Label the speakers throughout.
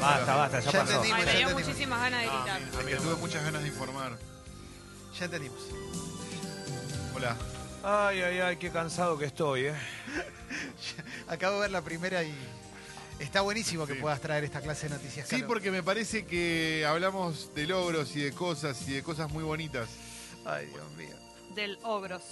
Speaker 1: Ah.
Speaker 2: basta, basta, ya,
Speaker 3: Ya
Speaker 2: pasó.
Speaker 3: entendí.
Speaker 1: Ay, me dio
Speaker 3: Entendimos.
Speaker 1: muchísimas ganas de
Speaker 3: Ah,
Speaker 1: gritar.
Speaker 3: mira.
Speaker 4: Es que tuve muchas ganas de informar.
Speaker 3: Ya entendimos.
Speaker 4: Hola.
Speaker 2: Ay, ay, ay, qué cansado que estoy, eh.
Speaker 3: Acabo de ver la primera y está buenísimo que
Speaker 4: Sí.
Speaker 3: puedas traer esta clase de noticias.
Speaker 4: Sí,
Speaker 3: Caro.
Speaker 4: porque me parece que hablamos de logros y de cosas y de cosas muy bonitas.
Speaker 3: Ay, Dios mío.
Speaker 1: Del ogros.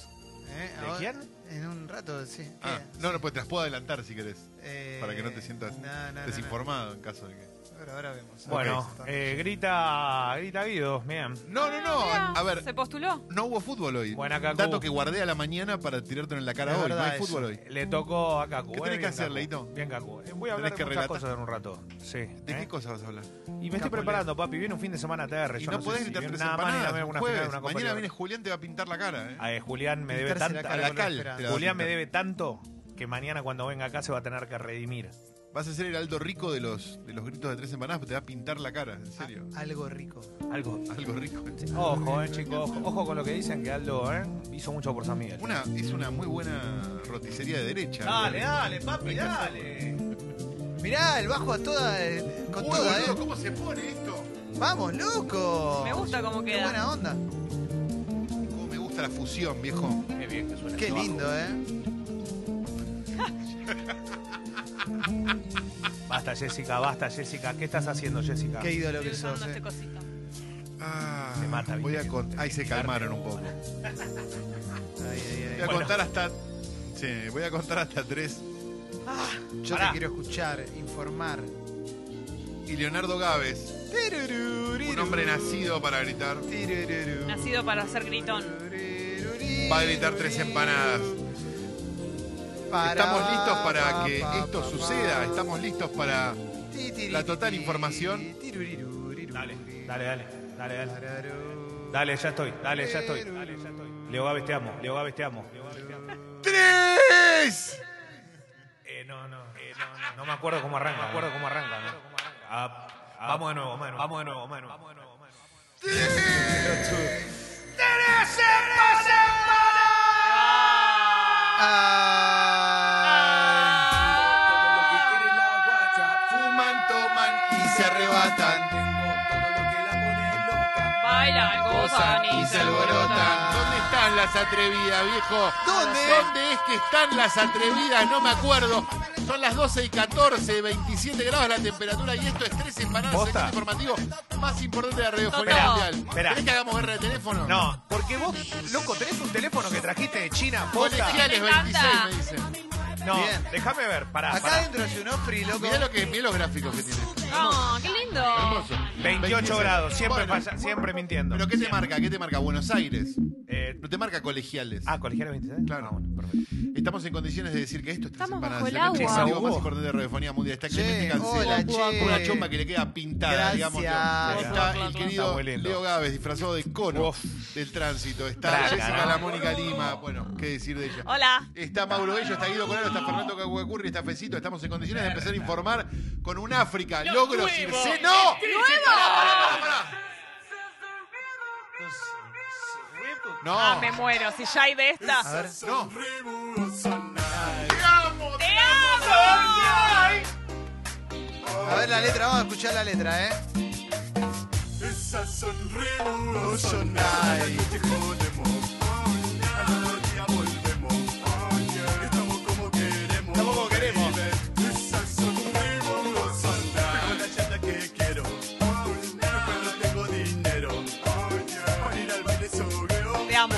Speaker 3: ¿Eh?
Speaker 2: ¿De
Speaker 3: Ahora-
Speaker 2: quién?
Speaker 3: En un rato, sí.
Speaker 4: Ah,
Speaker 3: ¿Qué?
Speaker 4: no, no, pues te las puedo adelantar si querés.
Speaker 3: Eh,
Speaker 4: Para que no te sientas
Speaker 3: no, no, no,
Speaker 4: desinformado en caso de que.
Speaker 3: no. Ahora, ahora vemos.
Speaker 2: Bueno,
Speaker 3: Ok.
Speaker 2: eh, grita, grita Guido, bien.
Speaker 4: No, no, no.
Speaker 1: Ah,
Speaker 4: A a
Speaker 1: ¿Se
Speaker 4: ver,
Speaker 1: postuló?
Speaker 4: no hubo fútbol hoy.
Speaker 2: Buena, Cacu.
Speaker 4: Dato que guardé a la mañana para tirártelo en la cara
Speaker 3: Es
Speaker 4: hoy. No
Speaker 3: verdad
Speaker 4: hay
Speaker 3: eso.
Speaker 4: fútbol hoy.
Speaker 2: Le tocó a Cacu.
Speaker 4: ¿Qué
Speaker 2: eh,
Speaker 4: tenés que
Speaker 2: bien,
Speaker 4: hacer,
Speaker 2: Cacu.
Speaker 4: Leito?
Speaker 2: Bien, Cacu. Eh, Voy a hablar
Speaker 4: Tenés
Speaker 2: de
Speaker 4: que
Speaker 2: muchas
Speaker 4: relatar.
Speaker 2: cosas en un rato. Sí.
Speaker 4: ¿De
Speaker 2: ¿eh?
Speaker 4: qué cosa vas a hablar?
Speaker 2: Y me estoy preparando, papi. Viene un fin de semana TR.
Speaker 4: Y
Speaker 2: yo
Speaker 4: no,
Speaker 2: sé
Speaker 4: podés
Speaker 2: si
Speaker 4: gritar
Speaker 2: viene
Speaker 4: tres
Speaker 2: nada más ni nada
Speaker 4: empanadas,
Speaker 2: menos, una
Speaker 4: jueves.
Speaker 2: final, una Copa
Speaker 4: Mañana viene
Speaker 2: Libertadores.
Speaker 4: Julián, te va a pintar la cara. ¿eh?
Speaker 2: A ver, Julián me debe
Speaker 3: Pintarse la
Speaker 2: tanta.
Speaker 3: cara
Speaker 4: la
Speaker 3: con lo
Speaker 4: cal.
Speaker 3: esperado.
Speaker 4: Te la-
Speaker 2: Julián
Speaker 4: pinta.
Speaker 2: me debe tanto que mañana cuando venga acá se va a tener que redimir.
Speaker 4: Vas a ser el aldo rico de los, de los gritos de tres empanadas, pero te va a pintar la cara, en
Speaker 3: Ah,
Speaker 4: serio.
Speaker 3: algo rico.
Speaker 2: Algo.
Speaker 4: Algo rico.
Speaker 2: Ojo, eh, chicos. Ojo, ojo con lo que dicen que Aldo eh, hizo mucho por San Miguel.
Speaker 4: Una, es una muy buena roticería de derecha.
Speaker 2: Dale, dale, papi, dale.
Speaker 3: Mirá, el bajo a toda, eh, con
Speaker 4: Uy,
Speaker 3: toda,
Speaker 4: boludo,
Speaker 3: eh.
Speaker 4: ¿Cómo se pone esto?
Speaker 3: ¡Vamos, loco!
Speaker 1: Me gusta cómo
Speaker 3: Qué
Speaker 1: queda.
Speaker 3: buena onda.
Speaker 4: Cómo me gusta la fusión, viejo.
Speaker 2: Qué bien que suena.
Speaker 3: Qué
Speaker 2: ese bajo.
Speaker 3: lindo, eh.
Speaker 2: Basta, Jessica, basta, Jessica. ¿Qué estás haciendo, Jessica?
Speaker 3: Qué ídolo
Speaker 1: Estoy
Speaker 3: que sos,
Speaker 1: usando este
Speaker 3: eh.
Speaker 1: cosito.
Speaker 4: Ah,
Speaker 2: Me mata,
Speaker 4: voy a
Speaker 2: viste,
Speaker 4: con- Ahí se calmaron un poco.
Speaker 3: Ay, ay, ay.
Speaker 4: Voy a
Speaker 2: Bueno.
Speaker 4: contar hasta. Sí, voy a contar hasta tres.
Speaker 3: Yo
Speaker 2: Pará.
Speaker 3: te quiero escuchar, informar.
Speaker 4: Y Leonardo Gávez, un hombre nacido para gritar.
Speaker 1: Nacido para hacer gritón.
Speaker 4: Va a gritar tres empanadas. Estamos listos para que esto suceda. Estamos listos para. la total información.
Speaker 2: Dale, dale, dale, dale, dale. Dale, ya estoy, dale, ya estoy. Dale, ya estoy. Leo Gávez, te amo, Leo Gávez, te amo.
Speaker 4: ¡Tres!
Speaker 2: Eh, no, no, eh, no, no, no me acuerdo cómo arranca, no me acuerdo cómo arranca. ¿no? Ah, ah, vamos de nuevo, mano. Vamos de nuevo, mano. Vamos de nuevo, mano.
Speaker 4: Fuman, toman y se arrebatan.
Speaker 1: Bailan, gozan
Speaker 4: Gozan y se alborotan. ¿Dónde están las atrevidas, viejo?
Speaker 3: ¿Dónde?
Speaker 4: ¿Dónde es que están las atrevidas? No me acuerdo. Son las 12 y 14, 27 grados la temperatura y esto es 13 empanadas. El
Speaker 2: ¿Posta?
Speaker 4: informativo más importante de la radiofonía
Speaker 1: Toto.
Speaker 4: mundial.
Speaker 2: Esperá.
Speaker 4: ¿Querés que hagamos guerra de teléfono?
Speaker 2: No, porque vos, loco, tenés un teléfono que trajiste de China, posta.
Speaker 4: Colegiales
Speaker 1: Me encanta.
Speaker 4: 26 me dicen.
Speaker 2: No,
Speaker 3: Bien.
Speaker 2: déjame ver, pará,
Speaker 3: Acá
Speaker 2: pará.
Speaker 3: adentro hay un ofri, loco.
Speaker 4: Mirá, lo que, mirá los gráficos que tiene.
Speaker 1: ¡Oh, qué lindo!
Speaker 4: Hermoso.
Speaker 2: 28
Speaker 4: 26.
Speaker 2: grados, siempre
Speaker 4: Bueno,
Speaker 2: falla- siempre mintiendo.
Speaker 4: ¿Pero qué te marca? ¿Qué te marca? Buenos Aires.
Speaker 2: Eh,
Speaker 4: No te marca colegiales.
Speaker 2: ah, colegiales 26.
Speaker 4: Claro.
Speaker 2: Ah, bueno, perfecto.
Speaker 4: Estamos en condiciones de decir que esto está
Speaker 1: Estamos
Speaker 4: empanadas.
Speaker 1: bajo el
Speaker 4: El
Speaker 1: agua.
Speaker 4: informativo
Speaker 2: Desahogó.
Speaker 4: más importante de radiofonía mundial. Está Clemente
Speaker 3: Che,
Speaker 4: Cancela.
Speaker 3: hola,
Speaker 4: con
Speaker 3: che.
Speaker 4: una chomba que le queda pintada,
Speaker 3: Gracias.
Speaker 4: digamos.
Speaker 3: Ahí
Speaker 1: está.
Speaker 4: Está el
Speaker 2: Está
Speaker 4: querido
Speaker 2: muy lindo.
Speaker 4: Leo Gávez disfrazado de cono
Speaker 2: Uf.
Speaker 4: del tránsito. Está
Speaker 2: Traca,
Speaker 4: Jessica
Speaker 2: ¿no?
Speaker 4: La Mónica Lima. Bueno, qué decir de ella.
Speaker 1: Hola.
Speaker 4: Está Mauro Bello, está Guido Coralo, está Fernando Caguacurri, está Fecito. Estamos en condiciones de empezar a informar con un África. Logros y ¡No! Pará, pará, pará. No.
Speaker 1: Ah, me muero. Si ya hay de estas.
Speaker 4: No.
Speaker 1: ¡Te amo!
Speaker 3: A ver la letra, vamos a escuchar la letra, eh.
Speaker 4: Estamos como queremos.
Speaker 1: Te amo.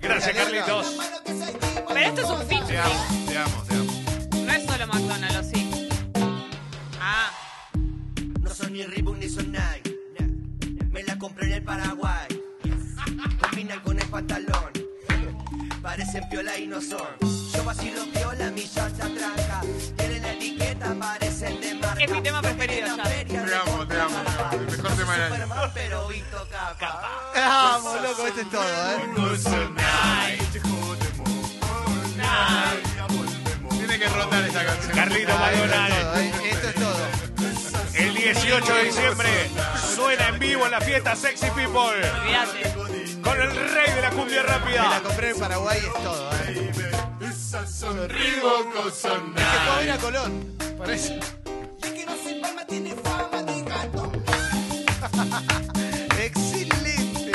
Speaker 2: Gracias, Carlitos.
Speaker 1: Pero esto
Speaker 2: este
Speaker 1: es un
Speaker 4: Te
Speaker 1: featuring.
Speaker 4: amo, te amo, te amo.
Speaker 1: No es solo McDonald's, ¿o sí. Ah,
Speaker 5: No son ni Reebok ni son Nike. Me la compré en el Paraguay. Combinan con el pantalón. Parecen piola y no son. Yo vacilo piola, mi chata tranca. Tienen la etiqueta, parecen de marca.
Speaker 1: Es mi tema preferido, ya.
Speaker 4: Te amo, te amo, te amo. El mejor tema del año.
Speaker 5: Superman, pero visto capa.
Speaker 3: Vamos, loco, esto es todo, eh.
Speaker 4: Tiene que rotar esta canción.
Speaker 2: Carlito
Speaker 3: Ah, esto es
Speaker 2: McDonald's.
Speaker 3: todo, eh. Esto es todo.
Speaker 2: El 18 de diciembre suena en vivo en la fiesta Sexy People
Speaker 1: olvídate.
Speaker 2: con el rey de la cumbia
Speaker 3: Me la
Speaker 2: rápida.
Speaker 3: compré en Paraguay, es todo, eh.
Speaker 6: sonrisa, sonrío con
Speaker 3: Es que todo
Speaker 6: sonar.
Speaker 3: viene a Colón. Parece.
Speaker 6: Y que no se palma tiene fama de gato.
Speaker 3: Excelente.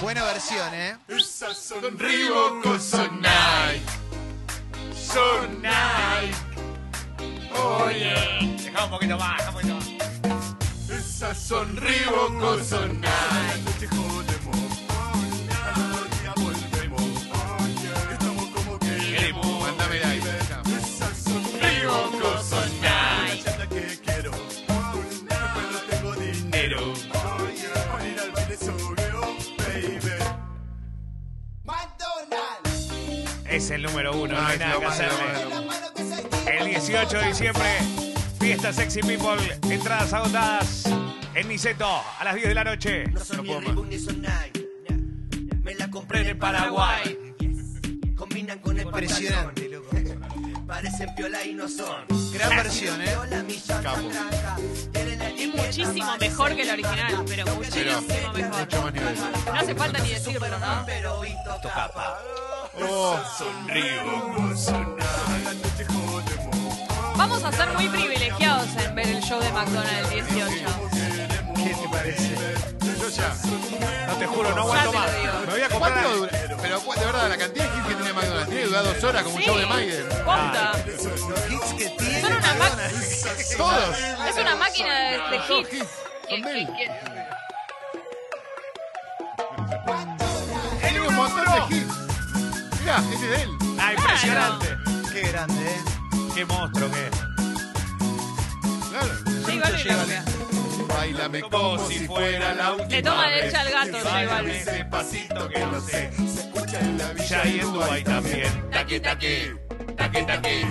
Speaker 3: Buena versión, ¿eh?
Speaker 6: Esa sonrío con Sonai. Sonai. Oye.
Speaker 2: Dejá un poquito más, dejá un poquito más.
Speaker 6: Esa sonrío con Sonai. No te jodemos. Al otro día volvemos. Estamos como queremos.
Speaker 4: Mándame la ahí. Ya.
Speaker 6: Esa sonrío con Sonai. La chata que quiero. Después no tengo dinero. Oye. Para ir al Venezuela, baby. McDonald's.
Speaker 2: Es el número uno, no
Speaker 4: Ah,
Speaker 2: hay
Speaker 4: es
Speaker 2: nada
Speaker 4: lo
Speaker 2: que
Speaker 4: más, lo
Speaker 2: hacerle.
Speaker 4: más, lo más.
Speaker 2: El 18 de diciembre, fiesta Sexy People, entradas agotadas en Niceto a las 10 de la noche.
Speaker 5: No son ni Reebok ni Sonai. Me la compré en el
Speaker 1: Paraguay.
Speaker 5: Paraguay. Combinan con el pantalón.
Speaker 3: Impresionante, loco.
Speaker 5: Parecen piola y no son.
Speaker 3: Gran versión, ¿eh?
Speaker 5: Piola, mi llanta
Speaker 4: Capo.
Speaker 5: tranca. Tienen la
Speaker 1: Es muchísimo mejor que la original, pero
Speaker 4: Pero,
Speaker 1: muchísimo mejor.
Speaker 4: mucho más nivel.
Speaker 1: No hace falta ni decirlo, ¿no?
Speaker 5: Pero hoy toca pa.
Speaker 4: Oh,
Speaker 6: Sonrío con sonar. La noche jodemos.
Speaker 1: Vamos a ser muy privilegiados en ver el show de McDonald's el 18.
Speaker 3: ¿Qué te parece?
Speaker 4: yo ya.
Speaker 2: No te juro, no
Speaker 1: Ya
Speaker 2: aguanto
Speaker 1: te
Speaker 2: más.
Speaker 1: lo digo.
Speaker 2: Me voy a comprar.
Speaker 4: ¿Cuánto dura? Pero cu- de verdad, la cantidad de hits que tiene McDonald's tiene que durar dos horas como un
Speaker 1: Sí,
Speaker 4: show de Ah, Maiden.
Speaker 1: posta.
Speaker 3: Los hits que tiene.
Speaker 1: Son una
Speaker 3: Madonna.
Speaker 4: Todos.
Speaker 1: Es una máquina de, de
Speaker 4: Son
Speaker 1: hits.
Speaker 4: hits. Son
Speaker 1: Que-
Speaker 4: mil.
Speaker 1: que- que-
Speaker 4: Tiene un montón de hits. Mirá, ese es de él.
Speaker 2: Ah, impresionante.
Speaker 3: Qué grande, ¿eh?
Speaker 2: Qué monstruo que es.
Speaker 4: Claro.
Speaker 1: J Balvin la copia.
Speaker 4: Bailame como si fuera la última
Speaker 1: Le toma
Speaker 4: vez.
Speaker 1: leche al gato, J
Speaker 4: Bailame
Speaker 1: Balvin.
Speaker 4: ese pasito que no sé. Se escucha en la
Speaker 2: Ya
Speaker 4: villa
Speaker 2: y en Dubai también.
Speaker 1: Taqui, taqui.
Speaker 6: Taque, taque.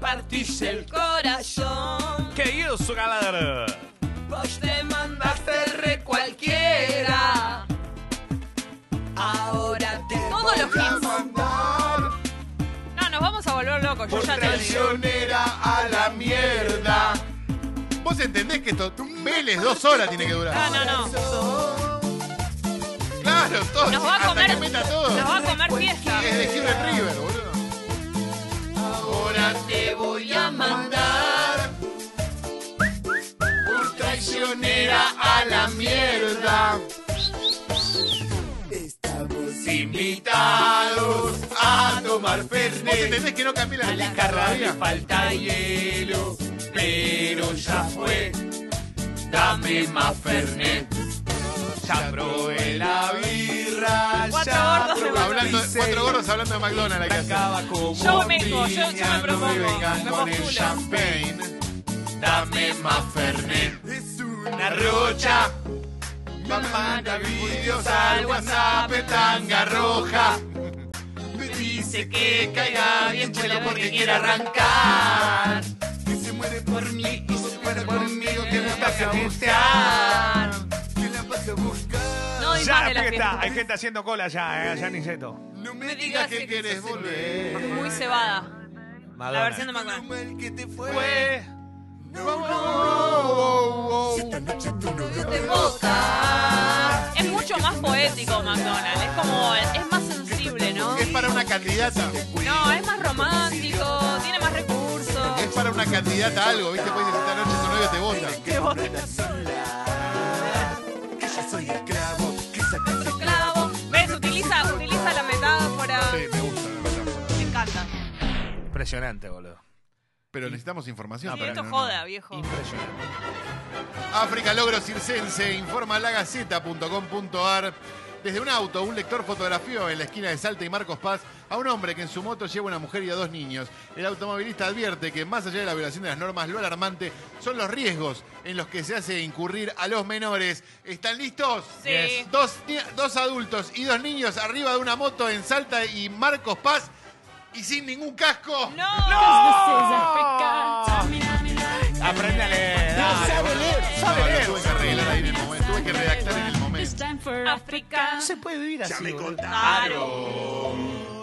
Speaker 1: Partiste el corazón.
Speaker 2: Querido Sugalar.
Speaker 1: Vos te mandaste re cualquiera. Ahora te. Todos los hits.
Speaker 6: Mandar
Speaker 1: No, nos vamos a volver locos. Yo
Speaker 4: Por
Speaker 1: ya te lo digo.
Speaker 4: traicionera a la mierda. Vos entendés que esto, Vélez, dos horas tiene que
Speaker 1: No,
Speaker 4: durar.
Speaker 1: no, no. Nos
Speaker 4: Claro, todo.
Speaker 1: va a
Speaker 4: hasta
Speaker 1: comer.
Speaker 4: que meta todo.
Speaker 1: Nos va a comer fiesta.
Speaker 4: Es de Gil River, boludo. Ahora te voy a mandar por traicionera a la mierda. Estamos invitados a tomar fernet. ¿Vos entendés que no cambié la, la
Speaker 6: falta hielo, pero ya fue. Dame más Fernet.
Speaker 2: Ya probé la.
Speaker 6: La birra
Speaker 1: Cuatro
Speaker 6: ya
Speaker 1: gordos de
Speaker 6: probé.
Speaker 4: Hablando, cuatro gordos hablando de McDonald's hay que hacer.
Speaker 6: Acaba como
Speaker 1: Yo vengo, yo- yo me
Speaker 6: piña,
Speaker 1: propongo,
Speaker 6: No vengan
Speaker 1: me
Speaker 6: con el
Speaker 1: postulo.
Speaker 6: champagne. Dame más Fernet. Es una rocha. Manda videos al WhatsApp, tanga roja. Me dice que caiga bien chelo porque quiere arrancar. Que se muere por mí y se muere por mí. Que la pase a buscar. Que la pase a buscar.
Speaker 1: No hay
Speaker 2: Ya
Speaker 1: más
Speaker 2: la
Speaker 1: de la
Speaker 2: fiesta.
Speaker 1: fiesta.
Speaker 2: Hay gente haciendo cola ya, eh, allá en Niceto.
Speaker 6: No me
Speaker 1: digas
Speaker 6: digas que
Speaker 1: que
Speaker 6: quieres
Speaker 4: este-
Speaker 6: volver.
Speaker 1: Muy cebada. La versión de
Speaker 6: Lo
Speaker 1: McDonald's.
Speaker 6: mal que te fue.
Speaker 2: Fue.
Speaker 6: Oh,
Speaker 1: Es mucho más poético McDonald's. Es como. Es más sensible, ¿no?
Speaker 4: Es para una candidata.
Speaker 1: No, es más romántico. Tiene más recursos.
Speaker 4: Es para una candidata a algo, ¿viste? Puedes decir esta noche tu novio te vota.
Speaker 1: Te botan tu clavo. ¿Ves? Utiliza, utiliza la metáfora.
Speaker 4: Sí, me gusta, la verdad.
Speaker 1: Me encanta.
Speaker 2: Impresionante, boludo.
Speaker 4: Pero necesitamos información.
Speaker 1: Y
Speaker 4: para
Speaker 1: esto
Speaker 4: no- no.
Speaker 1: joda, viejo.
Speaker 2: Impresionante.
Speaker 4: África Logro Circense informa lagaceta.com.ar. Desde un auto, un lector fotografió en la esquina de Salta y Marcos Paz a un hombre que en su moto lleva a una mujer y a dos niños. El automovilista advierte que más allá de la violación de las normas, lo alarmante son los riesgos en los que se hace incurrir a los menores. ¿Están listos?
Speaker 1: Sí. Yes.
Speaker 4: Dos, ni- dos adultos y dos niños arriba de una moto en Salta y Marcos Paz y sin ningún casco.
Speaker 1: ¡No!
Speaker 2: Apréndale, dale.
Speaker 4: No, lo tuve que arreglar ahí en el momento, tuve que redactar en el momento.
Speaker 1: África.
Speaker 2: puede vivir así.
Speaker 1: Claro.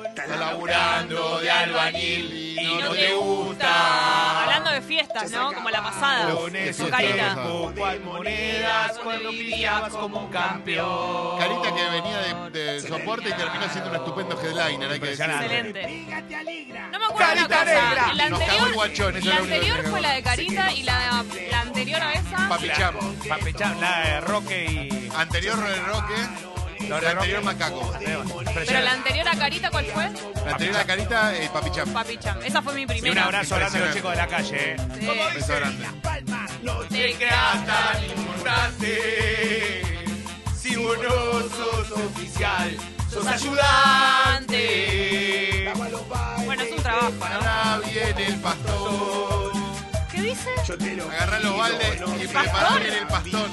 Speaker 4: Está laburando de albañil y no, te gusta.
Speaker 1: Hablando de fiestas, ¿no? Como la pasada.
Speaker 4: Con ese
Speaker 1: Con carita.
Speaker 4: espejo.
Speaker 6: ¿Cuál monedas cuando vivías como un campeón?
Speaker 4: Carita
Speaker 1: Oh.
Speaker 4: que venía de, de soporte y terminó siendo un estupendo headliner, hay que decirlo.
Speaker 1: Excelente. No me acuerdo una
Speaker 6: Carita negra.
Speaker 1: cosa. La
Speaker 4: Nos cagó el
Speaker 1: anterior,
Speaker 4: guachón, eso
Speaker 1: la
Speaker 4: era lo único que
Speaker 1: anterior
Speaker 4: me
Speaker 1: fue la de Carita y la, la anterior a esa.
Speaker 4: Papi Chamo.
Speaker 2: Papechá, la de Roque y.
Speaker 4: Anterior Roque, la anterior Macaco.
Speaker 1: Pero la anterior a Carita, ¿cuál fue?
Speaker 4: La anterior la carita, eh, Papi Chamo.
Speaker 1: Papi Cham. Esa fue mi
Speaker 2: Y un
Speaker 1: primera.
Speaker 2: abrazo grande a los chicos de la calle. eh.
Speaker 1: Sí.
Speaker 4: Beso grande.
Speaker 1: Sí.
Speaker 6: tan importante. Si vos no sos oficial, sos ayudante.
Speaker 1: Bueno, es un trabajo, ¿no?
Speaker 4: Ahora viene el pastor.
Speaker 1: ¿Qué dice?
Speaker 4: Agarrá los baldes y prepará bien el pastón.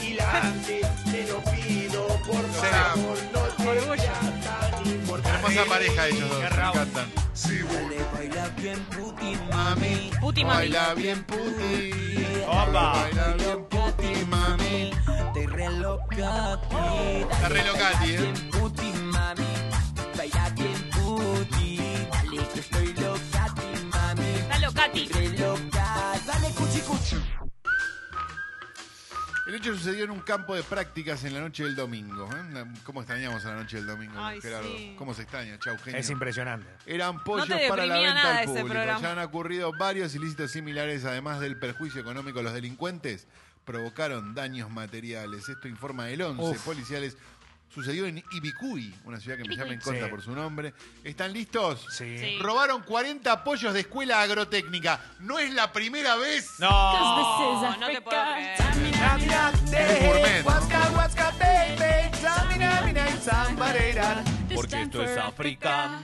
Speaker 4: Serio,
Speaker 1: Orgullo.
Speaker 4: Hermosa pareja ellos dos, me encantan.
Speaker 5: Baila bien puti, mami.
Speaker 1: Puti mami.
Speaker 4: Baila bien puti.
Speaker 2: Opa.
Speaker 4: Baila bien puti, mami.
Speaker 5: Te reloca
Speaker 4: Está re locati, eh.
Speaker 5: bien puti, mami. Baila bien puti. Dale que estoy loca, ti, mami.
Speaker 1: Está Locati.
Speaker 5: Re loca. Dale cuchi cuchi.
Speaker 4: El hecho sucedió en un campo de prácticas en la noche del domingo. ¿eh? La- ¿Cómo extrañamos a la noche del domingo,
Speaker 1: Ay,
Speaker 4: Gerardo?
Speaker 1: sí.
Speaker 4: ¿Cómo se extraña? Chau, genio.
Speaker 2: Es impresionante.
Speaker 4: Eran pollos
Speaker 1: No te
Speaker 4: para la
Speaker 1: deprimía
Speaker 4: venta
Speaker 1: nada
Speaker 4: al
Speaker 1: ese
Speaker 4: público.
Speaker 1: programa.
Speaker 4: Ya han ocurrido varios ilícitos similares, además del perjuicio económico a los delincuentes, provocaron daños materiales. Esto informa el 11
Speaker 2: Uf.
Speaker 4: policiales. Sucedió en Ibicuy, una ciudad que me llama en contra
Speaker 2: Sí.
Speaker 4: por su nombre. ¿Están listos?
Speaker 2: Sí.
Speaker 1: Sí.
Speaker 4: Robaron 40 pollos de escuela agrotécnica. No es la primera vez.
Speaker 2: No.
Speaker 1: No, no te puedo creer.
Speaker 4: Es gourmet, ¿no?
Speaker 6: Porque esto es África.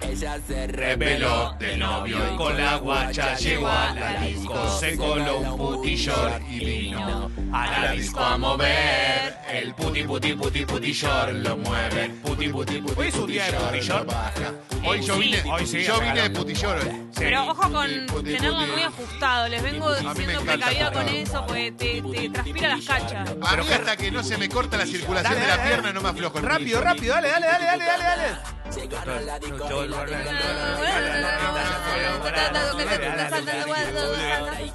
Speaker 5: Ella se
Speaker 6: Reveló del novio y con la guacha llegó a la disco. Se coló un putillor y vino a la disco a mover. El puti puti puti putillor lo mueve. Puti puti puti
Speaker 2: Hoy es un día de
Speaker 6: putillor
Speaker 2: putillor.
Speaker 6: lo baja.
Speaker 4: Hoy yo
Speaker 1: Sí.
Speaker 4: vine,
Speaker 2: Hoy sí,
Speaker 4: yo vine de
Speaker 2: regalaron.
Speaker 4: putilloro.
Speaker 1: Pero ojo
Speaker 4: Puti,
Speaker 1: con
Speaker 4: puti,
Speaker 1: tenerlo
Speaker 4: puti.
Speaker 1: muy ajustado. Les vengo
Speaker 4: me
Speaker 1: diciendo
Speaker 4: encanta
Speaker 1: precavida con
Speaker 4: cortar.
Speaker 1: eso porque te, te transpira las cachas.
Speaker 4: A mí hasta que no se me corta la circulación
Speaker 6: Dale,
Speaker 4: de la
Speaker 6: dale,
Speaker 4: pierna no me aflojo. el
Speaker 6: Rápido, rápido, dale, dale, dale, dale, dale, dale.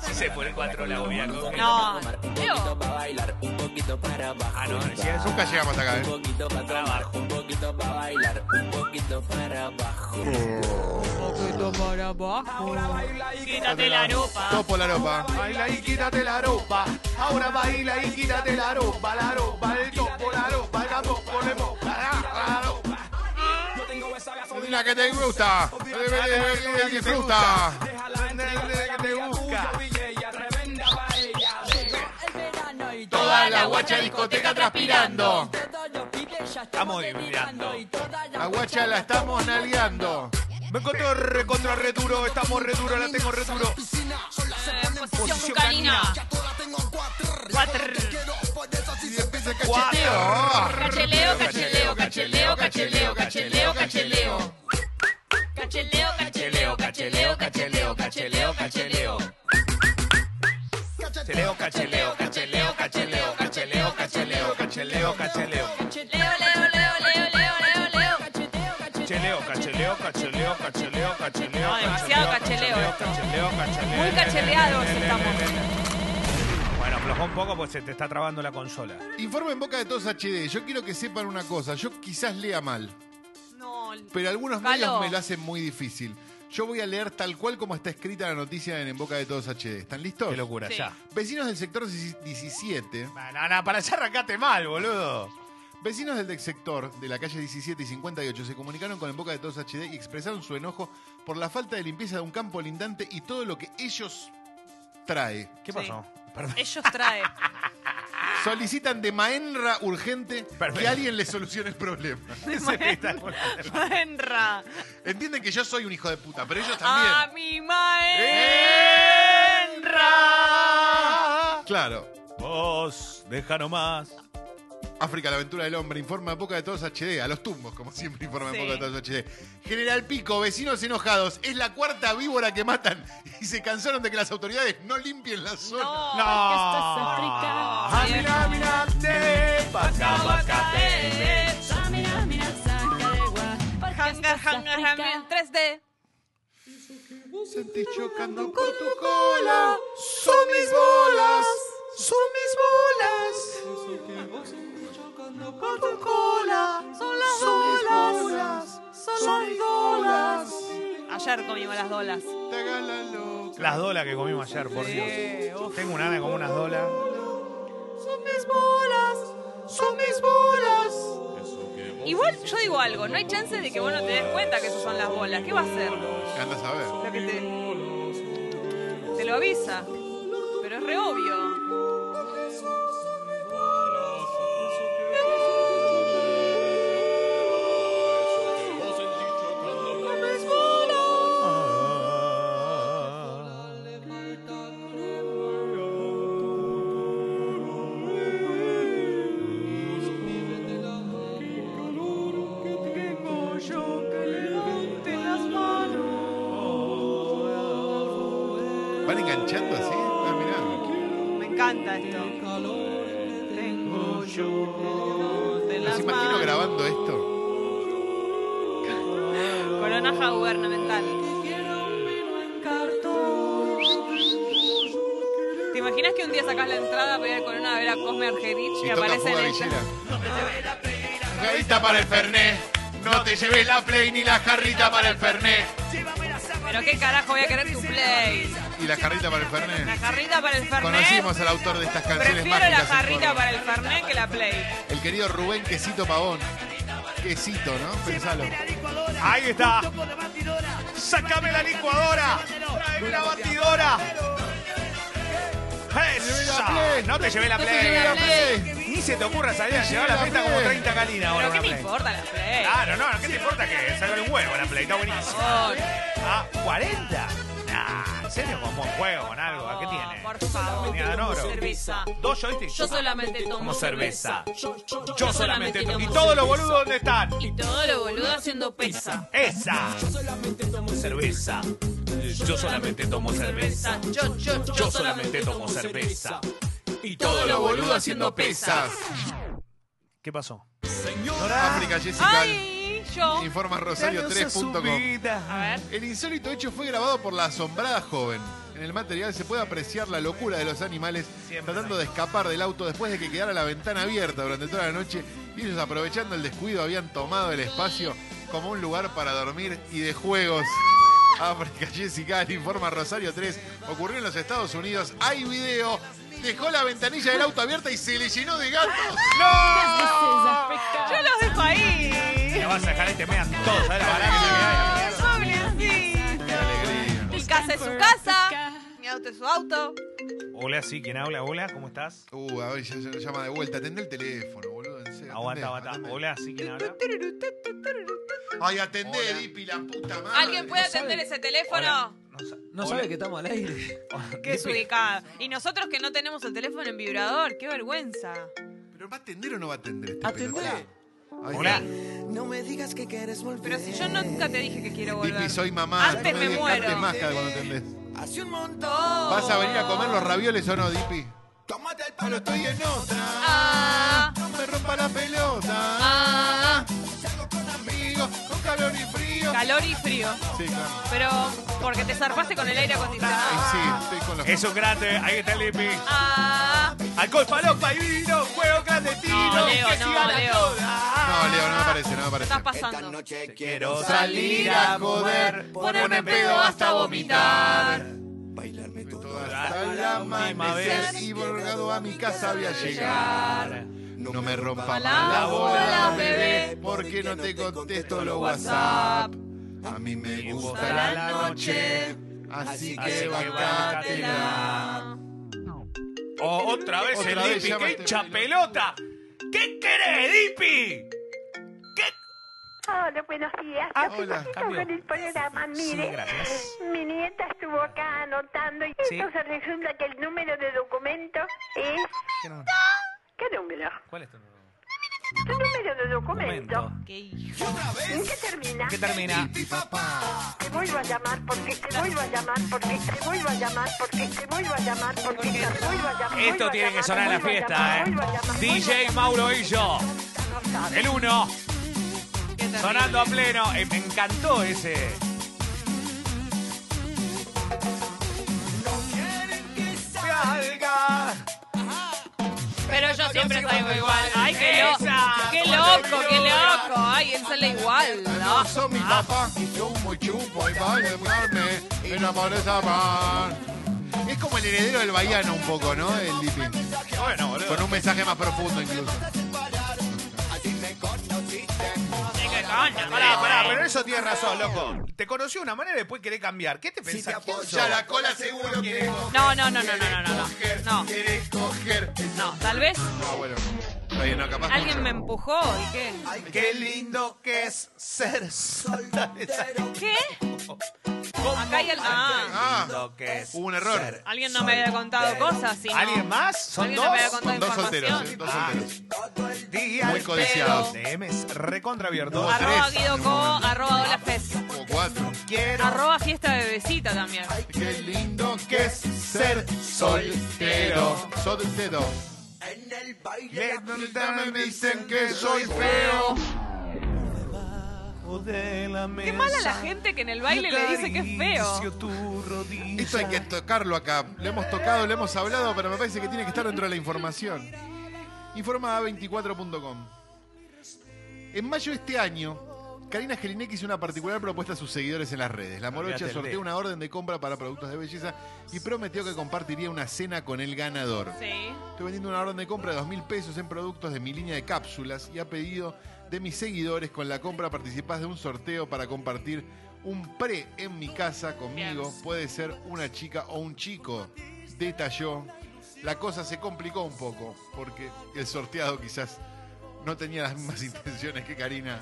Speaker 2: Si se pone cuatro la voy a coger.
Speaker 1: No, Leo,
Speaker 2: Ah, no, si
Speaker 4: pulso.
Speaker 2: es un
Speaker 4: Nunca llegamos acá, ¿eh?
Speaker 2: trabajo.
Speaker 4: Oh.
Speaker 1: quítate la ropa.
Speaker 4: Topo la ropa.
Speaker 6: Baila y quítate la ropa. Ahora baila y quítate la ropa, la ropa, el topo, la ropa, la topo, la ropa, la ropa.
Speaker 4: La que te gusta. La que te gusta.
Speaker 6: que te busca.
Speaker 4: Toda la guacha discoteca transpirando.
Speaker 2: Estamos divirtiendo.
Speaker 4: La guacha la estamos nalgueando.
Speaker 6: Me encontró re contra re duro, estamos re duro, la tengo re duro.
Speaker 1: Eh, Posición bucanina. Cuatro.
Speaker 4: Y empieza el cacheteo.
Speaker 1: Cacheleo, cacheleo, cacheleo, cacheleo, cacheleo, cacheleo. Cacheleo, cacheleo, cacheleo, cacheleo, cacheleo, cacheleo.
Speaker 2: Cacheleo, cacheleo, cacheleo, cacheleo, cacheleo, cacheleo, cacheleo, cacheleo.
Speaker 1: Cacheleo, leo, leo, leo, leo, leo, leo.
Speaker 2: Cacheleo, cacheleo, cacheleo, cacheleo, cacheleo.
Speaker 1: No, demasiado cacheleo esto.
Speaker 2: Cacheleo, cacheleo.
Speaker 1: Muy cacheleados estamos.
Speaker 2: Bueno, aflojó un poco pues se te está trabando la consola.
Speaker 4: Informe en boca de todos HD. Yo quiero que sepan una cosa. Yo quizás lea mal,
Speaker 1: No,
Speaker 4: pero algunos medios
Speaker 1: Calo.
Speaker 4: me lo hacen muy difícil. Yo voy a leer tal cual como está escrita la noticia en En Boca de Todos HD. ¿Están listos?
Speaker 2: Qué locura,
Speaker 1: Sí.
Speaker 2: ya.
Speaker 4: Vecinos del sector 17
Speaker 2: Banana, para allá arrancaste mal, boludo.
Speaker 4: Vecinos del sector de la calle 17 y 58 se comunicaron con En Boca de Todos HD y expresaron su enojo por la falta de limpieza de un campo lindante y todo lo que ellos trae.
Speaker 2: ¿Qué pasó? Perdón.
Speaker 1: ellos traen.
Speaker 4: Solicitan de Maenra urgente que
Speaker 2: Perfecto.
Speaker 4: alguien les solucione el problema.
Speaker 1: Maenra.
Speaker 4: Entienden que yo soy un hijo de puta, pero ellos
Speaker 1: A
Speaker 4: también.
Speaker 1: mi maenra.
Speaker 4: Claro.
Speaker 2: Vos, deja nomás.
Speaker 4: África, la aventura del hombre, informa en Boca de Todos HD, a los tumbos, como siempre informa en
Speaker 1: Sí.
Speaker 4: Boca de Todos HD. General Pico, vecinos enojados, es la cuarta víbora que matan y se cansaron de que las autoridades no limpien la zona.
Speaker 1: No.
Speaker 2: No.
Speaker 6: Ah, mira, mira, te pasa,
Speaker 1: Ah, Aguacate. Janga hangar, hangar, hangar en 3D.
Speaker 4: Sentí chocando con tu cola. Son mis bolas. Son mis bolas. con tu cola.
Speaker 1: Son las bolas. Son las bolas. Ayer comimos las dolas.
Speaker 4: Te hagan la loca.
Speaker 2: Las dolas que comimos ayer, por Dios. Tengo una gana de comer unas dolas.
Speaker 4: Son mis bolas. Son mis bolas.
Speaker 1: Igual yo digo algo, no hay chance de que vos no te des cuenta que esas son las bolas. ¿Qué va a hacer?
Speaker 4: Anda a saber.
Speaker 1: Lo que te, te lo avisa. Pero es re obvio.
Speaker 4: Van enganchando así. Ah, mirá.
Speaker 1: Me encanta esto. Tengo yo de
Speaker 4: Los
Speaker 1: las
Speaker 4: imagino
Speaker 1: manos.
Speaker 4: grabando esto.
Speaker 1: Coronaja gubernamental. ¿Te imaginas que un día sacás la entrada para ir al Corona a ver a Cosme Argerich y,
Speaker 4: Y toca
Speaker 1: aparece
Speaker 4: fuga
Speaker 1: en esta?
Speaker 4: villera. Jarrita para el Fernet. No te lleves la play ni la jarrita para el Fernet.
Speaker 1: Pero qué carajo voy a querer tu play.
Speaker 4: Y la jarrita para el
Speaker 1: La
Speaker 4: Fernet.
Speaker 1: jarrita para el Fernet.
Speaker 4: Conocimos al autor de estas canciones
Speaker 1: Prefiero la
Speaker 4: mágicas. en
Speaker 1: jarrita
Speaker 4: forma.
Speaker 1: para el Fernet que la play.
Speaker 4: El querido Rubén Quesito Pavón. Quesito, ¿no? Pensalo.
Speaker 2: Ahí está. Sácame la licuadora. Tráeme la batidora. Esa. No te llevé la
Speaker 1: la
Speaker 2: play.
Speaker 4: Play.
Speaker 2: Ni se te ocurra salir a llevar la
Speaker 4: la
Speaker 2: fiesta
Speaker 4: play.
Speaker 2: como 30 calinas ahora
Speaker 1: Pero qué
Speaker 2: una
Speaker 1: me
Speaker 2: play.
Speaker 1: importa la play.
Speaker 2: Claro, no, ¿qué te importa que salga el huevo la play? Está buenísimo.
Speaker 1: Por
Speaker 2: Ah, ¿40? Nah, ¿en serio? Como un juego, con algo. ¿A qué tiene?
Speaker 1: Por favor.
Speaker 2: Venía a ganar oro.
Speaker 1: Cerveza.
Speaker 2: Dos joysticks.
Speaker 1: Yo solamente tomo
Speaker 2: Como cerveza.
Speaker 1: cerveza.
Speaker 2: Yo solamente tomo. ¿Y todos los boludos dónde están?
Speaker 1: Y todo lo boludo haciendo pesa.
Speaker 2: Esa. Yo solamente tomo cerveza. Yo solamente tomo cerveza.
Speaker 1: Yo, yo,
Speaker 2: Yo solamente tomo cerveza.
Speaker 6: Y
Speaker 4: Todo lo boludo
Speaker 6: boludos
Speaker 4: haciendo pesas.
Speaker 2: ¿Qué pasó?
Speaker 4: África Jessica
Speaker 1: Ay, yo.
Speaker 4: informa Rosario 3.com.
Speaker 1: A ver.
Speaker 4: El insólito hecho fue grabado por la asombrada joven. En el material se puede apreciar la locura de los animales
Speaker 2: Siempre
Speaker 4: tratando de escapar del auto después de que quedara la ventana abierta durante toda la noche y ellos aprovechando el descuido habían tomado el espacio como un lugar para dormir y de juegos. África Jessica informa Rosario 3. Ocurrió en los Estados Unidos. Hay video. Dejó la ventanilla del auto abierta y se le llenó de gatos.
Speaker 1: Yo los dejo ahí.
Speaker 2: Me vas a dejar este mean todos, ¿sabes la balanza que hay?
Speaker 1: Ay, pobrecito.
Speaker 4: Qué alegría.
Speaker 1: Mi casa es su casa. Mi auto es su auto.
Speaker 2: Hola, sí, ¿quién habla? Hola, ¿cómo estás?
Speaker 4: Uh, a ver, ya, ya- llama de vuelta. Atendé el teléfono, boludo. En serio.
Speaker 2: Aguanta,
Speaker 4: Atendé,
Speaker 2: aguanta.
Speaker 4: atendé.
Speaker 2: Hola, sí, ¿quién habla?
Speaker 4: Ay, atendé, Dipi, la puta madre.
Speaker 1: ¿Alguien puede
Speaker 6: no sabe.
Speaker 1: atender ese
Speaker 2: Hola.
Speaker 1: teléfono?
Speaker 2: No sa-
Speaker 6: No
Speaker 2: hola.
Speaker 6: sabe que estamos al aire.
Speaker 1: Qué desubicada. Y nosotros que no tenemos el teléfono en vibrador, qué vergüenza.
Speaker 4: ¿Pero va a atender o no va a atender este
Speaker 6: Atendé.
Speaker 4: pelotón? Ay,
Speaker 2: Hola.
Speaker 5: No me digas que quieres volver.
Speaker 1: Pero si yo nunca te dije que quiero volver.
Speaker 4: Dipi, soy mamá.
Speaker 1: Antes
Speaker 4: no
Speaker 1: me
Speaker 4: digas
Speaker 1: muero.
Speaker 4: antes más cada cuando atendés.
Speaker 5: Hace un montón.
Speaker 4: ¿Vas a venir a comer los ravioles o no, Dipi?
Speaker 5: Tómate el
Speaker 4: Pero estoy en otra.
Speaker 1: Ah,
Speaker 4: No me rompa la pelota.
Speaker 1: ah,
Speaker 4: Salgo con amigos, con calor y frío.
Speaker 1: calor y frío.
Speaker 4: Sí, claro.
Speaker 1: Pero porque te zarpaste con el aire
Speaker 4: Ay,
Speaker 1: acondicionado.
Speaker 4: sí, estoy con los.
Speaker 2: Es un grande, ahí está el Lipi.
Speaker 1: Ah,
Speaker 2: Alcohol, palopa y vino, juego clandestino.
Speaker 1: No, Leo,
Speaker 2: que
Speaker 1: no,
Speaker 2: sigan las
Speaker 1: Leo.
Speaker 2: todas.
Speaker 4: No, Leo, no me parece, no me parece.
Speaker 1: estás
Speaker 5: Esta
Speaker 1: pasando.
Speaker 5: noche
Speaker 2: Quiero
Speaker 5: quiero
Speaker 2: salir a joder, ponerme en pedo hasta vomitar.
Speaker 5: bailarme todo.
Speaker 4: Hasta la amanecer y volgado a mi casa voy a llegar. No me rompa más la bola, bebé, porque no te contesto los WhatsApp. A mí me gusta la noche, así que bancátela.
Speaker 2: Oh, otra vez
Speaker 4: Otra
Speaker 2: el
Speaker 4: vez
Speaker 2: Dipi,
Speaker 4: llama
Speaker 2: qué
Speaker 4: este
Speaker 2: hincha
Speaker 4: pelota.
Speaker 2: pelota. ¿Qué querés, Dipi? ¿Qué?
Speaker 7: Hola, buenos días.
Speaker 2: Ah,
Speaker 7: Estoy
Speaker 4: hola,
Speaker 7: poquito
Speaker 2: cambio.
Speaker 7: con el programa. Mire,
Speaker 2: Sí, gracias.
Speaker 7: mi nieta estuvo acá anotando y
Speaker 2: Sí.
Speaker 7: entonces resulta que el número de documento es... ¿Qué número?
Speaker 2: ¿Cuál es tu nombre?
Speaker 7: Tu número de documento.
Speaker 1: Qué hijo.
Speaker 7: ¿En qué termina?
Speaker 2: ¿Qué termina?
Speaker 7: Te vuelvo a llamar porque te vuelvo a llamar porque te vuelvo a llamar porque te vuelvo a llamar porque te vuelvo a llamar. vuelvo
Speaker 2: Esto
Speaker 7: a
Speaker 2: tiene que
Speaker 7: llamar,
Speaker 2: sonar en la
Speaker 7: vuelvo a
Speaker 2: fiesta,
Speaker 7: llamar,
Speaker 2: ¿eh?
Speaker 7: vuelvo a llamar, vuelvo a
Speaker 2: DJ
Speaker 7: llamar.
Speaker 2: Mauro y yo.
Speaker 7: No sabe.
Speaker 2: El uno.
Speaker 1: qué terrible.
Speaker 2: Sonando a pleno. Eh, me encantó ese.
Speaker 1: Pero yo siempre salgo igual. Ay, qué loco. Qué loco, qué loco. Ay, él sale igual. No.
Speaker 6: Yo soy mi
Speaker 4: Ah.
Speaker 6: papá y chumo y chupo y va a dejarme y no podés amar.
Speaker 4: Es como el heredero del Bahiano un poco, ¿no? El Dipi.
Speaker 2: Bueno, boludo.
Speaker 4: Con un mensaje más profundo incluso.
Speaker 1: Sí, qué coño,
Speaker 2: Pará, pará, pero eso tienes razón, loco. Te conoció de una manera y después querés cambiar. ¿Qué te pensás? ¿Quién sos?
Speaker 6: cola seguro que
Speaker 1: No, no, no, no, no, no, no, no. No,
Speaker 6: querés coger.
Speaker 1: no. Tal vez
Speaker 4: No, bueno. Está bien, no, capaz. que-
Speaker 1: alguien me empujó y qué.
Speaker 2: Qué lindo que es ser soltero.
Speaker 1: ¿Qué? Acá hay el. Ah.
Speaker 4: Ah,
Speaker 2: Lindo que es.
Speaker 4: hubo un error.
Speaker 1: Alguien no me había contado cosas, sino.
Speaker 2: ¿Alguien más? ¿Son
Speaker 1: Alguien no
Speaker 2: dos?
Speaker 1: me había contado
Speaker 4: Son dos solteros, eh,
Speaker 1: información.
Speaker 4: dos solteros.
Speaker 2: Día
Speaker 4: Muy
Speaker 2: al
Speaker 4: codiciados.
Speaker 2: pedo. DMs recontraabiertos.
Speaker 4: Dos,
Speaker 1: Arroba
Speaker 4: tres.
Speaker 1: Guido Co, arroba Hola Fez.
Speaker 2: Ah.
Speaker 4: Como cuatro.
Speaker 2: Quiero
Speaker 1: Arroba Fiesta Bebecita también.
Speaker 6: Qué lindo que es ser
Speaker 4: Soltero. Soltero.
Speaker 6: Me dicen que soy feo.
Speaker 2: de la mesa.
Speaker 1: Qué mala la gente que en el baile le dice que es feo.
Speaker 4: Esto hay que tocarlo acá. Le hemos tocado, le hemos hablado, pero me parece que tiene que estar dentro de la información. Informa A24.com. En mayo de este año, Karina Jelinek hizo una particular propuesta a sus seguidores en las redes. La morocha
Speaker 2: Olvídate,
Speaker 4: sorteó
Speaker 2: olvídate.
Speaker 4: una orden de compra para productos de belleza y prometió que compartiría una cena con el ganador.
Speaker 1: Sí.
Speaker 4: Estoy vendiendo una orden de compra de dos mil pesos en productos de mi línea de cápsulas y a pedido de mis seguidores con la compra participás de un sorteo para compartir un pre en mi casa conmigo.
Speaker 1: Bien.
Speaker 4: Puede ser una chica o un chico. Detalló. La cosa se complicó un poco porque el sorteado quizás no tenía las mismas intenciones que Karina.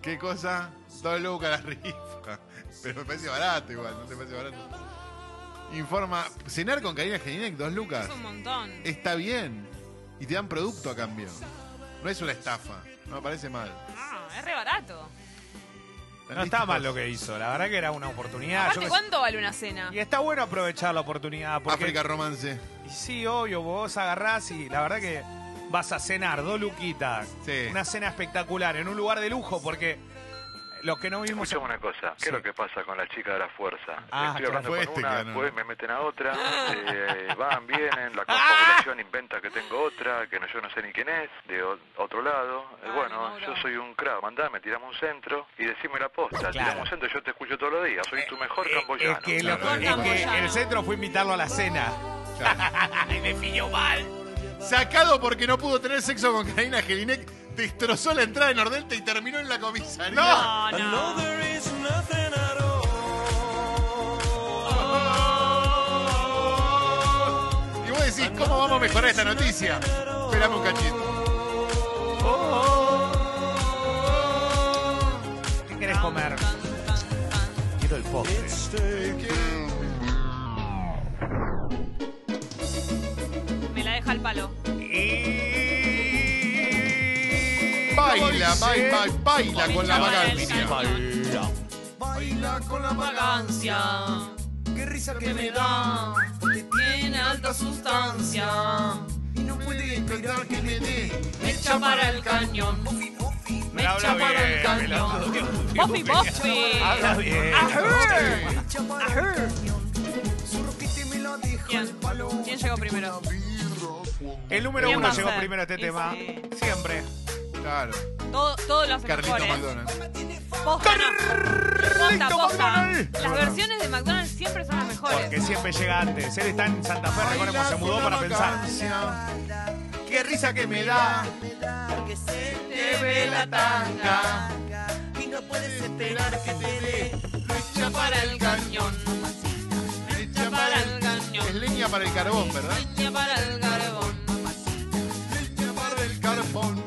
Speaker 4: ¿Qué cosa? Dos lucas la rifa. Pero me parece barato igual, no te parece barato. Informa, cenar con Karina Geninek, dos lucas
Speaker 1: Es un montón.
Speaker 4: está bien y te dan producto a cambio. No es una estafa, no me parece mal.
Speaker 1: Ah, es re barato.
Speaker 2: No está mal lo que hizo. La verdad que era una oportunidad. Yo
Speaker 1: Aparte,
Speaker 2: qué
Speaker 1: ¿cuánto vale una cena?
Speaker 2: sé. Y está bueno aprovechar la oportunidad porque
Speaker 4: África Romance.
Speaker 2: Y sí, obvio, vos agarrás y la verdad que vas a cenar, dos luquitas.
Speaker 4: Sí.
Speaker 2: Una cena espectacular, en un lugar de lujo, porque los que no vimos.
Speaker 8: Escuchame una cosa, ¿qué
Speaker 2: Sí.
Speaker 8: es lo que pasa con la chica de la fuerza?
Speaker 2: Ah, claro,
Speaker 8: Estoy
Speaker 2: Ah.
Speaker 8: hablando
Speaker 4: fue
Speaker 8: con
Speaker 4: este que
Speaker 8: una,
Speaker 4: ganó.
Speaker 8: después me meten a otra, eh, van, vienen, la confabulación inventa que tengo otra, que no, yo no sé ni quién es, de o- otro lado. Eh,
Speaker 1: Ay,
Speaker 8: bueno,
Speaker 1: Mauro.
Speaker 8: yo soy un crack, mandame, tirame un centro y decime la posta. Tirame un centro, yo te escucho todos los días, soy tu mejor
Speaker 2: Eh,
Speaker 8: camboyano.
Speaker 2: es que,
Speaker 8: Claro,
Speaker 2: lo-
Speaker 8: eh,
Speaker 2: es que
Speaker 1: Camboyano.
Speaker 2: el centro fue invitarlo a la cena. y me pilló mal.
Speaker 4: Sacado porque no pudo tener sexo con Karina Gelinek, destrozó la entrada en Nordelta y terminó en la comisaría.
Speaker 1: No, no.
Speaker 4: Y vos decís, ¿cómo vamos a mejorar esta noticia? Esperame un cachito.
Speaker 2: ¿Qué querés comer? Quiero el postre.
Speaker 1: Me la deja al palo.
Speaker 2: Y...
Speaker 4: Baila,
Speaker 2: ¿Cómo dice?
Speaker 4: baila, baila, con la
Speaker 1: Pinchaba el
Speaker 4: vagancia.
Speaker 1: calzón.
Speaker 6: Baila con la
Speaker 1: Vagancia,
Speaker 6: Qué risa
Speaker 1: que me da, porque tiene alta sustancia.
Speaker 6: Y no puede esperar que me dé.
Speaker 1: Me echa para el cañón. Me
Speaker 2: Habla
Speaker 1: echa para el
Speaker 2: bien,
Speaker 1: cañón.
Speaker 2: pelotudo.
Speaker 1: Buffy, Buffy.
Speaker 2: Habla bien.
Speaker 1: Ajá. Ajá.
Speaker 6: Su roquete me la deja
Speaker 1: ¿Quién?
Speaker 6: al palo.
Speaker 1: ¿Quién llegó primero?
Speaker 2: El número
Speaker 1: ¿Quién va
Speaker 2: uno
Speaker 1: a
Speaker 2: llegó
Speaker 1: ser?
Speaker 2: primero a este
Speaker 1: Y
Speaker 2: tema.
Speaker 1: sí.
Speaker 2: Siempre.
Speaker 4: Claro.
Speaker 1: Todo, todo lo hace
Speaker 4: Carlito
Speaker 1: mejor, ¿eh?
Speaker 4: McDonald's.
Speaker 1: Posta, no. Posta,
Speaker 2: Carlito
Speaker 1: posta.
Speaker 2: McDonald.
Speaker 1: Las versiones de McDonald's siempre son las
Speaker 2: Porque
Speaker 1: mejores.
Speaker 2: siempre llega antes. Él está en Santa Fe, recordemos, se mudó para pensar. Qué risa que me da.
Speaker 1: Te ve la tanga
Speaker 5: Y no puedes esperar que te dé.
Speaker 1: Echa para el cañón. Echa para el
Speaker 4: Es
Speaker 1: cañón.
Speaker 4: leña para el carbón, ¿verdad?
Speaker 1: Echa para el carbón.
Speaker 4: Leña para el carbón.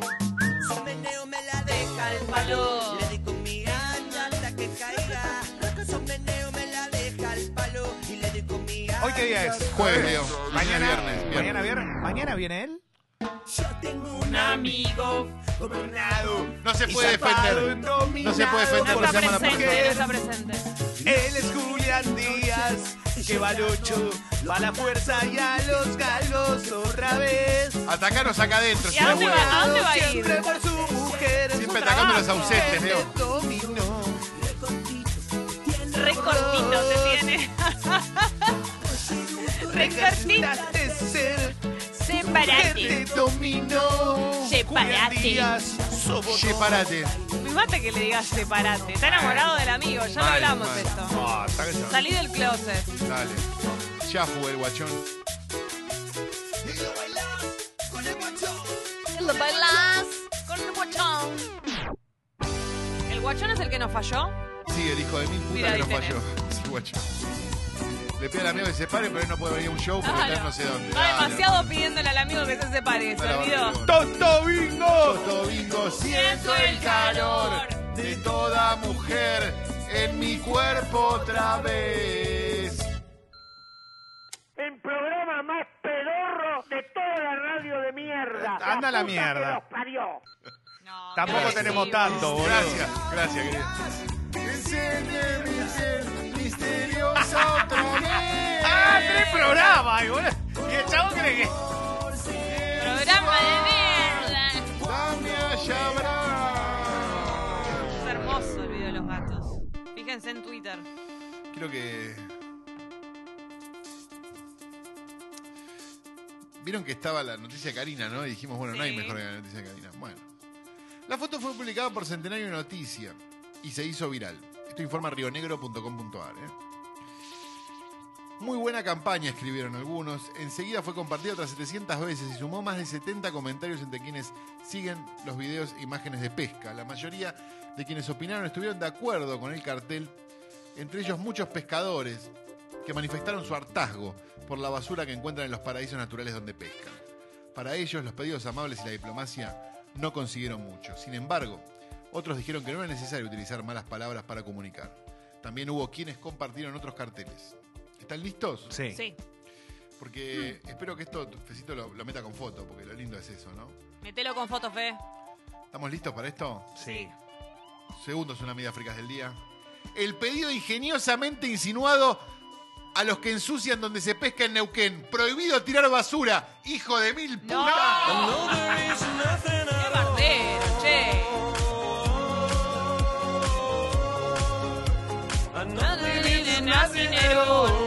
Speaker 5: Su meneo me la deja al
Speaker 1: Palo.
Speaker 5: palo. Le di con mi alma hasta que caiga. Su meneo me la deja al palo. Y le di con mi alma.
Speaker 2: ¿Hoy qué día es?
Speaker 4: Jueves, Leo.
Speaker 2: Mañana
Speaker 4: Viernes, viernes.
Speaker 2: Mañana viernes. Mañana viene él.
Speaker 5: Yo tengo un amigo como un nado.
Speaker 4: No se puede defender. No se
Speaker 1: No
Speaker 4: puede defender porque se
Speaker 1: está
Speaker 4: llama la
Speaker 1: presente,
Speaker 4: policía.
Speaker 1: no está presente.
Speaker 2: Él es Julián Díaz, que va al 8, va a la fuerza y a los galgos otra vez.
Speaker 4: Atacaros acá adentro.
Speaker 1: ¿Y a dónde va, a dónde va a ir?
Speaker 2: por su mujer,
Speaker 4: Siempre siempre atacando a los
Speaker 3: trabajo.
Speaker 4: ausentes, Leo.
Speaker 1: Recortito te tiene. Recortito. Separate.
Speaker 4: dominó.
Speaker 1: Separate.
Speaker 2: Ah,
Speaker 4: Separate.
Speaker 1: Me mata que le digas separate. Está enamorado del amigo, ya lo
Speaker 4: Mal,
Speaker 1: hablamos
Speaker 4: mal.
Speaker 1: esto.
Speaker 2: Ah, está que se-
Speaker 1: Salí del closet.
Speaker 4: Dale. Ya fue el guachón.
Speaker 3: Lo bailás con el guachón.
Speaker 1: ¿El guachón es el que nos falló?
Speaker 4: Sí, el hijo de mil puta
Speaker 1: Mira,
Speaker 4: que
Speaker 1: ahí
Speaker 4: nos
Speaker 1: tenés.
Speaker 4: falló. Sí, guachón. Le pide al amigo que se pare, pero él no puede venir a un show porque está
Speaker 1: Claro.
Speaker 4: en no sé dónde.
Speaker 1: Está demasiado pidiéndole al amigo que se separe, se olvidó.
Speaker 4: ¡Tonto bingo! ¡Tonto bingo! Siento el calor de toda mujer en mi cuerpo otra vez.
Speaker 7: El programa más pedorro de toda la radio de mierda.
Speaker 2: Anda la
Speaker 7: puta
Speaker 2: mierda.
Speaker 7: que los parió.
Speaker 1: No,
Speaker 2: Tampoco
Speaker 1: agresivo.
Speaker 2: tenemos tanto, boludo.
Speaker 4: Gracias, gracias, querida. Enciende mi ser misteriosa otra vez.
Speaker 2: ¡Ah, tres programas! ay, boludo. Y el chavo cree que.
Speaker 1: Programa de mierda.
Speaker 4: Dame a Shabra.
Speaker 1: Es hermoso el video de los gatos. Fíjense en Twitter.
Speaker 4: Creo que. Vieron que estaba la noticia de Karina, ¿no? Y dijimos, bueno, no hay
Speaker 1: Sí.
Speaker 4: mejor que la noticia de Karina. Bueno. La foto fue publicada por Centenario Noticia y se hizo viral. Esto informa rionegro.com.ar. ¿eh? Muy buena campaña, escribieron algunos. Enseguida fue compartida otras 700 veces y sumó más de 70 comentarios entre quienes siguen los videos e imágenes de pesca. La mayoría de quienes opinaron estuvieron de acuerdo con el cartel, entre ellos muchos pescadores que manifestaron su hartazgo por la basura que encuentran en los paraísos naturales donde pescan. Para ellos, los pedidos amables y la diplomacia no consiguieron mucho. Sin embargo, otros dijeron que no era necesario utilizar malas palabras para comunicar. También hubo quienes compartieron otros carteles. ¿Están listos?
Speaker 2: Sí.
Speaker 1: Sí.
Speaker 4: Porque espero que esto, Fecito, lo, lo meta con foto, porque lo lindo es eso, ¿no?
Speaker 1: Metelo con fotos, Fe.
Speaker 4: ¿Estamos listos para esto?
Speaker 2: Sí.
Speaker 4: Segundos una media fricas del día. El pedido ingeniosamente insinuado a los que ensucian donde se pesca en Neuquén. Prohibido tirar basura. Hijo de mil
Speaker 1: ¡No!
Speaker 4: puta.
Speaker 1: ¡Qué bardero, che! No tiene más dinero.